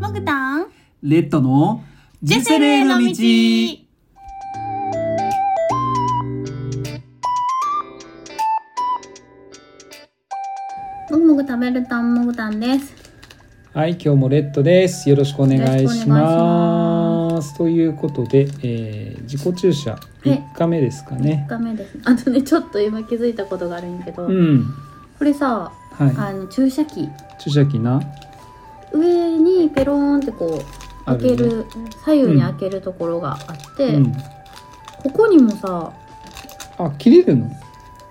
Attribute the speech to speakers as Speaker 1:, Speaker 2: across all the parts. Speaker 1: モグタン
Speaker 2: レッドの
Speaker 1: ジェセルへの道もぐもぐ食べるたんもぐたんです
Speaker 2: はい今日もレッドですよろしくお願いし
Speaker 1: よ
Speaker 2: ますということで、えー、自己注射
Speaker 1: い
Speaker 2: 1日目ですか
Speaker 1: 1
Speaker 2: ね、
Speaker 1: 日目ですねあとねちょっと今気づいたことがあるんやけど、
Speaker 2: うん
Speaker 1: これさ
Speaker 2: は
Speaker 1: あの注射器
Speaker 2: い注射器な
Speaker 1: 上にペローンってこう
Speaker 2: あるね
Speaker 1: 開ける左右に開けるところがあって、
Speaker 2: うん
Speaker 1: ここにもさ、
Speaker 2: あ切れるの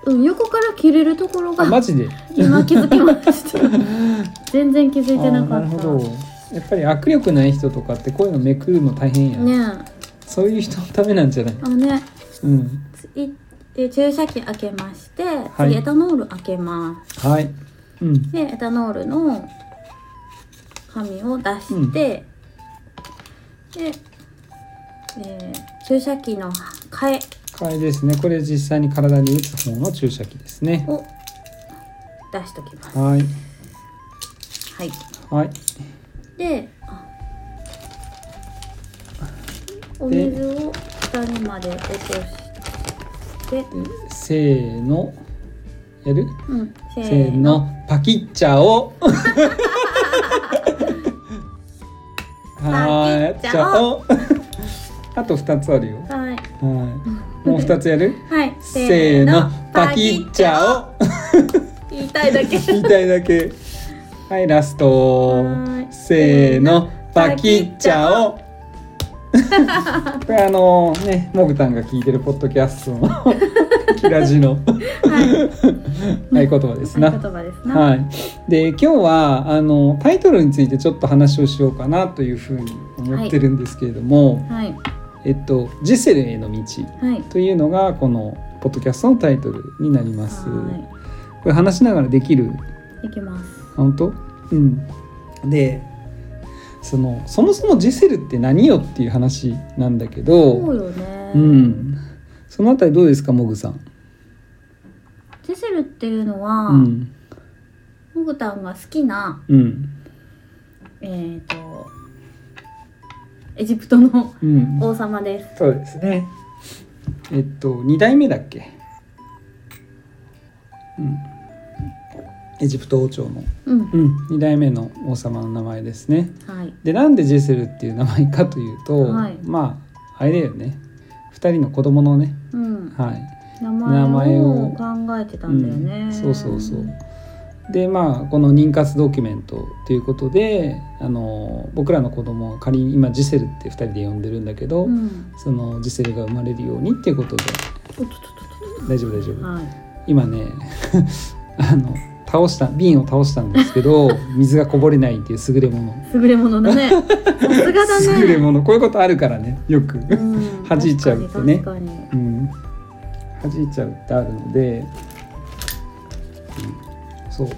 Speaker 1: うん、横から切れるところ
Speaker 2: あ
Speaker 1: が
Speaker 2: マジで
Speaker 1: 今気づきました 全然気づいてな
Speaker 2: あー
Speaker 1: か
Speaker 2: る
Speaker 1: っ
Speaker 2: ほ
Speaker 1: た
Speaker 2: どやっぱり握力ない人とかってこういうのめくるの大変や、
Speaker 1: ねえ
Speaker 2: そういう人のためなんじゃない
Speaker 1: あのね
Speaker 2: うん
Speaker 1: ついで注射器開けまして
Speaker 2: い
Speaker 1: 次エタノール開けます、
Speaker 2: はいうん
Speaker 1: でエタノールの紙を出して、
Speaker 2: うん
Speaker 1: で、えー注射器の替え
Speaker 2: これですねこれ実際に体に打つ方の注射器ですね
Speaker 1: を出しときます。
Speaker 2: はい
Speaker 1: はい、
Speaker 2: はい
Speaker 1: であお水を下にまで落として、
Speaker 2: せーのやる
Speaker 1: うん、せ
Speaker 2: せ
Speaker 1: ー
Speaker 2: ー
Speaker 1: の。
Speaker 2: のパキッチャ オはーい
Speaker 1: パキッ
Speaker 2: じ
Speaker 1: チャオ
Speaker 2: ゃあお あと2つあるよ
Speaker 1: はい、
Speaker 2: はいもう2つやる
Speaker 1: はい、
Speaker 2: せーのパキッチャオ
Speaker 1: 言いたいだ け。
Speaker 2: 言いたいだけはいラス
Speaker 1: は
Speaker 2: ト
Speaker 1: ーい
Speaker 2: せーのパキッチャオ これあのねモグタンが聞いてるポッドキャスト のキラジの
Speaker 1: はい、
Speaker 2: 合言葉です
Speaker 1: 合
Speaker 2: な
Speaker 1: 言葉ですな。
Speaker 2: はい、で今日はあのタイトルについてちょっと話をしようかなというふうに思ってるんですけれども
Speaker 1: はい、
Speaker 2: 「えっと、ジェセルへの道
Speaker 1: はい」。
Speaker 2: というのがこのポッドキャストのタイトルになります。
Speaker 1: は
Speaker 2: これ話しながらできる
Speaker 1: い、いきます。
Speaker 2: あ本当うんでそのそもそもジェセルって何よっていう話なんだけ
Speaker 1: そう
Speaker 2: ど、
Speaker 1: よね。
Speaker 2: うん、そのあたりどうですかモグさん。
Speaker 1: ジェセルっていうのは、
Speaker 2: うん
Speaker 1: モグタンが好きな、
Speaker 2: うん
Speaker 1: えー、と。エジプトの
Speaker 2: うん、
Speaker 1: 王様です。
Speaker 2: そうですね。えっと二代目だっけ？うん。エジプト王朝の、
Speaker 1: うん、は
Speaker 2: うん、二代目の王様の名前ですね。
Speaker 1: い、
Speaker 2: でなんでジェセルっていう名前かというと、
Speaker 1: はい
Speaker 2: まああれだよね。二人の子供のね、
Speaker 1: うん、
Speaker 2: はい。
Speaker 1: 名前を考えてた
Speaker 2: うん
Speaker 1: だよね。
Speaker 2: ん、そうそうそう。でまあこの妊活ドキュメントということで、あの僕らの子供を仮に今ジェセルって二人で呼んでるんだけど、
Speaker 1: うん、
Speaker 2: そのジェセルが生まれるようにっていうことで
Speaker 1: おっとっとっ
Speaker 2: 大丈夫大丈
Speaker 1: とっ
Speaker 2: 夫
Speaker 1: と。。はい。
Speaker 2: 今ね あの倒した瓶を倒したんですけ ど水がこぼれないっていう優れもの
Speaker 1: 優れもの だね。さすがだね。
Speaker 2: 優れものこういうことあるからねよく、
Speaker 1: う。
Speaker 2: うん弾いちゃうってね
Speaker 1: 確かに確か
Speaker 2: ん、弾いちゃうってあるので、うんそう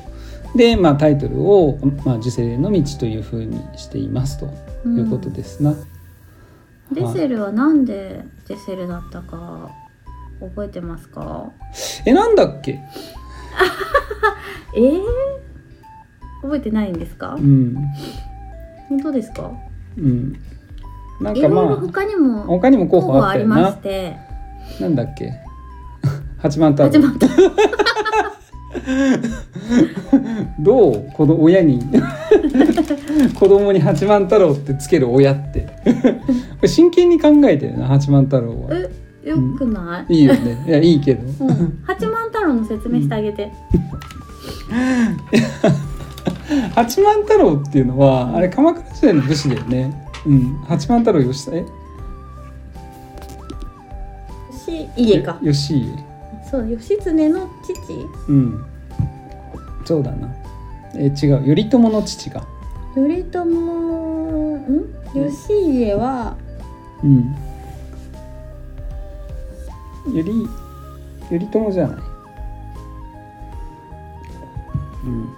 Speaker 2: で、まあ、タイトルを「まあ、受精の道」というふうにしていますと
Speaker 1: に
Speaker 2: いうことですな、
Speaker 1: うんデセルはなんでデセルだったか覚えてますか？
Speaker 2: えなんだっけ、
Speaker 1: えー、覚えてないんですか
Speaker 2: う？ん
Speaker 1: 本当ですか？
Speaker 2: うん、なん
Speaker 1: い
Speaker 2: か
Speaker 1: ろい
Speaker 2: ま
Speaker 1: ろ
Speaker 2: あ
Speaker 1: 他にも
Speaker 2: 他にも候補
Speaker 1: 候補
Speaker 2: あっ
Speaker 1: あ
Speaker 2: た
Speaker 1: り
Speaker 2: よ
Speaker 1: ま
Speaker 2: な
Speaker 1: し。て、
Speaker 2: なんだっけ八幡太郎
Speaker 1: 始まった。
Speaker 2: どうこの親 に子供に八幡太郎ってつける親って これ真剣に考えてるな八幡太郎は
Speaker 1: え、よくない？
Speaker 2: いいよねいやいいけど
Speaker 1: うん。八幡太郎の説明してあげて。
Speaker 2: 八幡太郎っていうの
Speaker 1: う
Speaker 2: は
Speaker 1: ん
Speaker 2: あれ鎌倉時代の武士だよねうん八幡太郎吉え
Speaker 1: し、家か。
Speaker 2: 吉家
Speaker 1: そう、義経の父。
Speaker 2: うんそうだなえ違う頼朝の父が
Speaker 1: 頼朝、ん？義家は
Speaker 2: うん頼頼朝じゃないうん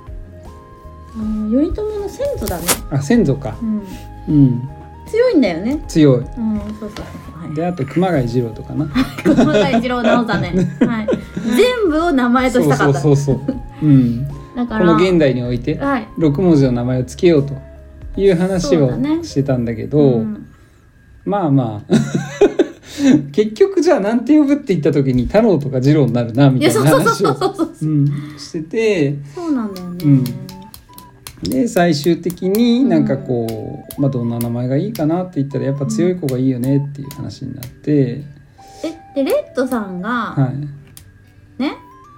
Speaker 1: あの頼朝の先祖だね。
Speaker 2: あ先祖か
Speaker 1: うん。
Speaker 2: うん
Speaker 1: つ強いんだよね
Speaker 2: 強い
Speaker 1: うんそうそうそうそうはい
Speaker 2: であと熊谷次郎とか な
Speaker 1: 熊谷次郎直実ね、はい、全部を名前
Speaker 2: そ
Speaker 1: とし
Speaker 2: う
Speaker 1: たか
Speaker 2: そ
Speaker 1: っ
Speaker 2: う
Speaker 1: た
Speaker 2: そうそう、 うん、
Speaker 1: だ
Speaker 2: こ
Speaker 1: から
Speaker 2: の現代において
Speaker 1: はい
Speaker 2: 6文字の名前をつけようという話
Speaker 1: そう
Speaker 2: を
Speaker 1: だね
Speaker 2: してたんだけど
Speaker 1: ん
Speaker 2: まあまあ 結局じゃあなんて呼ぶって言った時に太郎とか次郎になるなみ
Speaker 1: い
Speaker 2: た
Speaker 1: や
Speaker 2: いな
Speaker 1: そうそう
Speaker 2: 話
Speaker 1: そう
Speaker 2: を、
Speaker 1: そうそう
Speaker 2: うん、してて
Speaker 1: そうなんだよね、
Speaker 2: うんで最終的になんかこう、まあ、どんな名前がいいかなって言ったらやっぱ強い子がいいよねっていう話になって、
Speaker 1: えでレッドさんが、
Speaker 2: はい
Speaker 1: ね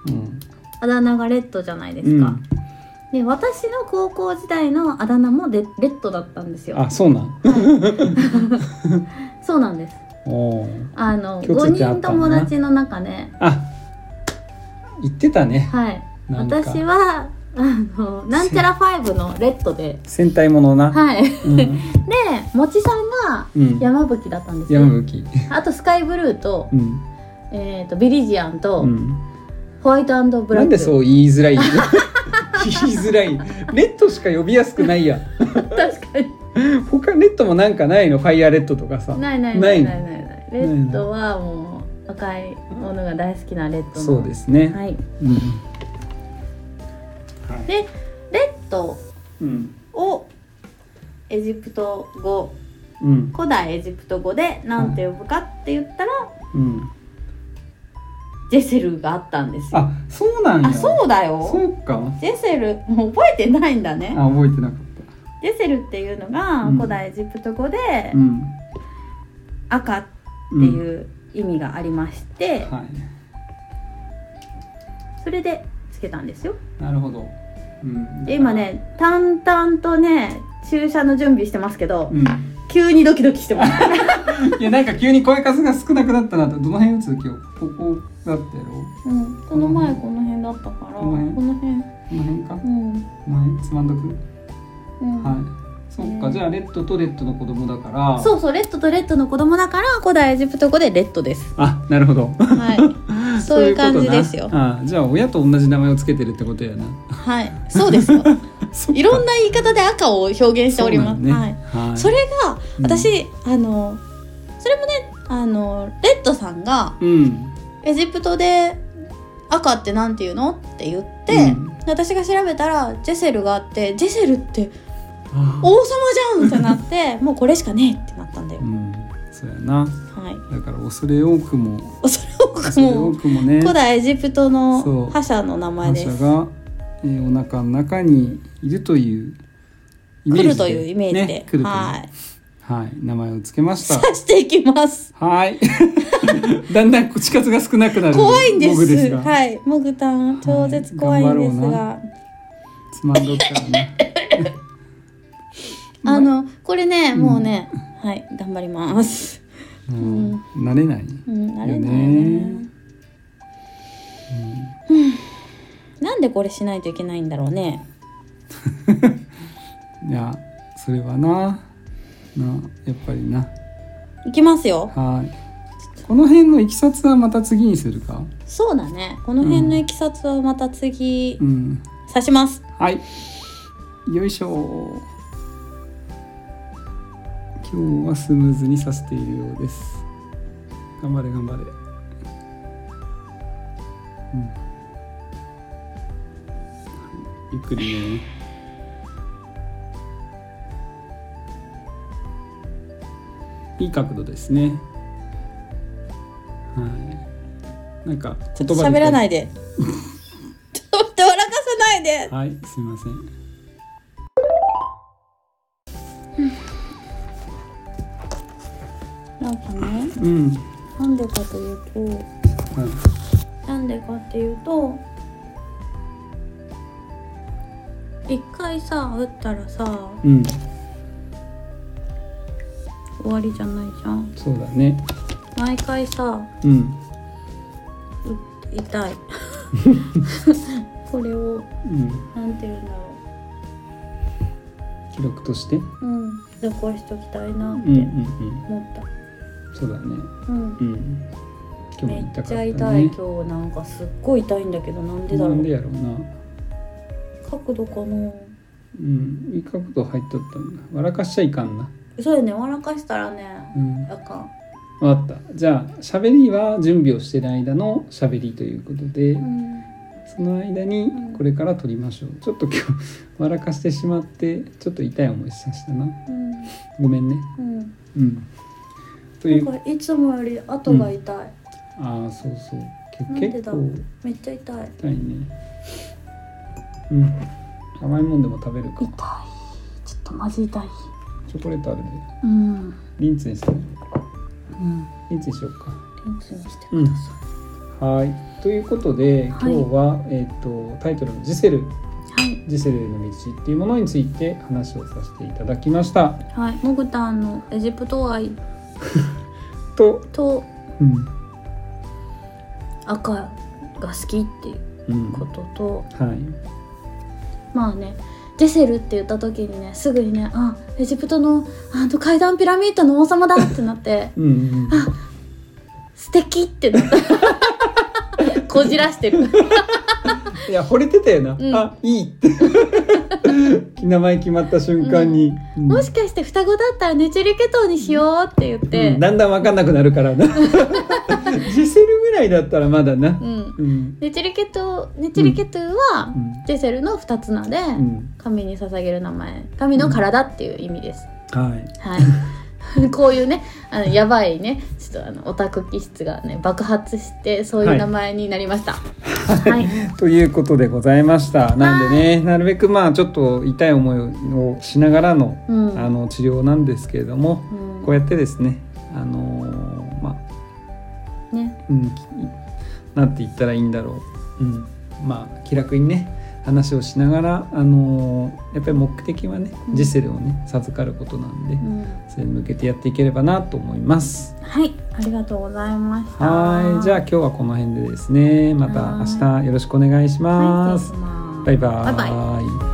Speaker 2: うん
Speaker 1: あだ名がレッドじゃないで
Speaker 2: う
Speaker 1: すか
Speaker 2: ん、、
Speaker 1: で私の高校時代のあだ名もレレッドだったんですよ
Speaker 2: あそうなん
Speaker 1: そうなんです
Speaker 2: おー
Speaker 1: あの
Speaker 2: 共通
Speaker 1: 5
Speaker 2: 点あ
Speaker 1: 人
Speaker 2: ったんだ
Speaker 1: 友
Speaker 2: な
Speaker 1: 達の中ね
Speaker 2: あ言ってたね
Speaker 1: はい
Speaker 2: なんか
Speaker 1: 私はあのなんちゃら5のレッドで
Speaker 2: 戦隊ものな、
Speaker 1: はいで
Speaker 2: うん
Speaker 1: もちさんが
Speaker 2: うん、
Speaker 1: 山吹だったんですよ
Speaker 2: 山吹
Speaker 1: あとスカイブルーと,、
Speaker 2: うん、
Speaker 1: えー、とビリジアンと、
Speaker 2: うん、
Speaker 1: ホワイトブラック
Speaker 2: なんでそう言いづ らい言いづらいレッドしか呼びやすくないや
Speaker 1: 確かに
Speaker 2: 他レッドもなんかないのファイヤーレッドとかさ
Speaker 1: ないないない
Speaker 2: な
Speaker 1: ないいないないレッドはもう赤いものが大好きなレッドの
Speaker 2: そうですね、
Speaker 1: はい
Speaker 2: うん
Speaker 1: でレッド
Speaker 2: うん
Speaker 1: をエジプト語
Speaker 2: うん
Speaker 1: 古代エジプト語でなんて呼ぶかって言ったら、
Speaker 2: うん
Speaker 1: ジェセルがあったんですよ。
Speaker 2: あそうなんや
Speaker 1: あそうだ
Speaker 2: そ
Speaker 1: よ
Speaker 2: うか
Speaker 1: ジェセルもう覚えてないんだね。
Speaker 2: あ覚えてなかっ
Speaker 1: ジェセルっていうのが
Speaker 2: うん
Speaker 1: 古代エジプト語で
Speaker 2: たうん
Speaker 1: 赤って
Speaker 2: うん
Speaker 1: いう意味がありまして、
Speaker 2: はい
Speaker 1: それでつけたんですよ。
Speaker 2: なるほどうん
Speaker 1: で今ね淡々とね注射の準備してますけど、
Speaker 2: うん
Speaker 1: 急にドキドキしてます。
Speaker 2: いやなんか急に声数が少なくなったなとどの辺打つ今日ここだったやろ
Speaker 1: うん、この前この辺だったから、
Speaker 2: この辺
Speaker 1: この辺、
Speaker 2: この辺かこ
Speaker 1: うん、
Speaker 2: の辺つまんどく
Speaker 1: うん、
Speaker 2: はい。そっか、
Speaker 1: うん
Speaker 2: じゃあレッドとレッドの子供だから。
Speaker 1: そうそうレッドとレッドの子供だから古代エジプト語でレッド です。
Speaker 2: あ、なるほど。
Speaker 1: はい、 そういう感じですよ
Speaker 2: そういうことなあ、じゃあ親と同じ名前をつけてるってことやな。
Speaker 1: はい、そうで すよ。いろんな言い方で赤を表現しております。
Speaker 2: そうな
Speaker 1: は
Speaker 2: ん
Speaker 1: い
Speaker 2: ね。はい。
Speaker 1: それが
Speaker 2: うん
Speaker 1: 私、あのそれもねあのレッドさんが
Speaker 2: うん。
Speaker 1: エジプトで赤ってなんていうのって言って、
Speaker 2: うん
Speaker 1: 私が調べたらジェセルがあってジェセルって
Speaker 2: あ
Speaker 1: 王様じゃんってなって もうこれしかねえってなったんだよ
Speaker 2: う。ん。そうやな。
Speaker 1: はい。
Speaker 2: だから恐れ多くも。
Speaker 1: 恐れ多く
Speaker 2: 恐れ多
Speaker 1: も
Speaker 2: くもね。
Speaker 1: 古代エジプト
Speaker 2: そう
Speaker 1: の覇者の名前
Speaker 2: 反
Speaker 1: で
Speaker 2: 射
Speaker 1: す。
Speaker 2: が、えー、お腹の中にいるという。イメー
Speaker 1: 来
Speaker 2: ジで
Speaker 1: るというイメージで、
Speaker 2: ね、来るという
Speaker 1: は
Speaker 2: はい、名前をつけま
Speaker 1: い、
Speaker 2: した。
Speaker 1: 刺していきます。
Speaker 2: はい。 だんだん口数が少なくなる。
Speaker 1: 怖いんです。
Speaker 2: 僕ですが。
Speaker 1: はい、モグタン超絶怖いんですが、
Speaker 2: 頑張つまんどったら ね。ろうな
Speaker 1: あのこれね、
Speaker 2: うん
Speaker 1: もうね、はい、頑張ります。
Speaker 2: うん、慣れない。
Speaker 1: うん、慣
Speaker 2: よ
Speaker 1: れないね。
Speaker 2: ね
Speaker 1: なんでこれしないといけないんだろうね。
Speaker 2: いや、それはな。な、やっぱりな。
Speaker 1: いきますよ。
Speaker 2: はい。この辺のいきさつはまた次にするか。
Speaker 1: そうだね。この辺のいきさつはまた次
Speaker 2: うん。
Speaker 1: 刺します。
Speaker 2: はい。よいしょ。今日はスムーズにさせているようです。頑張れ頑張れ。うん。ゆっくりね。いい角度ですね。はい。なんか
Speaker 1: ちょ
Speaker 2: 言
Speaker 1: っと
Speaker 2: 葉。
Speaker 1: 喋らないいで。 ちょっと待って笑かさないで。
Speaker 2: はい、すみません。
Speaker 1: なんかね、
Speaker 2: うん。
Speaker 1: なんでかというと。
Speaker 2: はい
Speaker 1: なんでかっていうと一回さ打ったらさ
Speaker 2: うん、
Speaker 1: 終わりじゃないじゃん
Speaker 2: そうだね。
Speaker 1: 毎回さ
Speaker 2: うん、
Speaker 1: う 痛いこれを
Speaker 2: うん、
Speaker 1: なんていうんだろ
Speaker 2: 記録として。う
Speaker 1: ううん残しときたいなっ
Speaker 2: ん、うん、う
Speaker 1: て
Speaker 2: ん、
Speaker 1: 思った、
Speaker 2: そうだね。
Speaker 1: うん
Speaker 2: うん。今日も痛
Speaker 1: め
Speaker 2: か
Speaker 1: っ
Speaker 2: った
Speaker 1: ちゃ
Speaker 2: ね。
Speaker 1: 痛い今日なんかすっごい痛いんだけどなんでだ
Speaker 2: な
Speaker 1: ろ
Speaker 2: んで
Speaker 1: う
Speaker 2: やろうな。
Speaker 1: 角度かな
Speaker 2: うん、いい角度入っとったんだ。笑かしちゃいかんな。
Speaker 1: そうよね笑かしたらね
Speaker 2: うん、
Speaker 1: あかん
Speaker 2: 分かったじゃあしゃべりは準備をしてる間のしゃべりということで、
Speaker 1: うん
Speaker 2: その間にこれから撮りましょうちょっと今日 笑かしてしまってちょっと痛い思いさせたな
Speaker 1: うん
Speaker 2: ごめんね
Speaker 1: うん
Speaker 2: うんとい
Speaker 1: な
Speaker 2: うん
Speaker 1: かいつもより後が痛い、
Speaker 2: ああそうそうけ
Speaker 1: なんで
Speaker 2: 結
Speaker 1: だ
Speaker 2: 構
Speaker 1: めっちゃ痛い
Speaker 2: 痛いねうん甘いもんでも食べるか
Speaker 1: 痛いちょっとマジ痛い
Speaker 2: チョコレートあるね
Speaker 1: うんうん
Speaker 2: リンツにしてリンツにしようか
Speaker 1: リンスにして
Speaker 2: うんはいということで今日は、えっとタイトルの「ジセル
Speaker 1: はい
Speaker 2: ジセルへの道」っていうものについて話をさせていただきました
Speaker 1: はいモグタンのエジプト愛
Speaker 2: と、
Speaker 1: と
Speaker 2: うん
Speaker 1: 赤が好きっていう
Speaker 2: うん、は
Speaker 1: ことと
Speaker 2: い
Speaker 1: まあねジェセルって言った時にねすぐにねあエジプトのあの階段ピラミッドの王様だってなって
Speaker 2: うん うん
Speaker 1: 素敵ってなった こじらしてる
Speaker 2: いや惚れてたよな、
Speaker 1: うん
Speaker 2: あいいって 名前決まった瞬間に、うん
Speaker 1: もしかして双子だったらねちゅりけとうにしようって言って、
Speaker 2: うんだんだん分かんなくなるから なジセルぐらいだったらまだな
Speaker 1: うん
Speaker 2: うん
Speaker 1: ネチリケトゥネチリケトゥは、
Speaker 2: うん
Speaker 1: ジェセルの二つ名で、
Speaker 2: うん
Speaker 1: 神に捧げる名前神の体っていう意味です、
Speaker 2: はい
Speaker 1: はいこういう ねあのやばいねちょっとあのオタク気質がね爆発してそういう名前になりましたはい、
Speaker 2: ということでございましたなんでねなるべくまあちょっと痛い思いをしながらの
Speaker 1: うん
Speaker 2: あの治療なんですけれども
Speaker 1: うん
Speaker 2: こうやってですねあのーまあ
Speaker 1: ね
Speaker 2: うんきなんて言ったらいいんだろう、うん、まあ気楽にね話をしながらあのーやっぱり目的はね
Speaker 1: うん
Speaker 2: ジセルをね授かることなんで、
Speaker 1: うん
Speaker 2: それに向けてやっていければなと思います。
Speaker 1: はいありがとうございました
Speaker 2: はい、じゃあ今日はこの辺でですね。また明日よろしくお願いし
Speaker 1: は
Speaker 2: ま
Speaker 1: い
Speaker 2: す
Speaker 1: 失礼し。ます
Speaker 2: バイバ
Speaker 1: バイバイ
Speaker 2: イ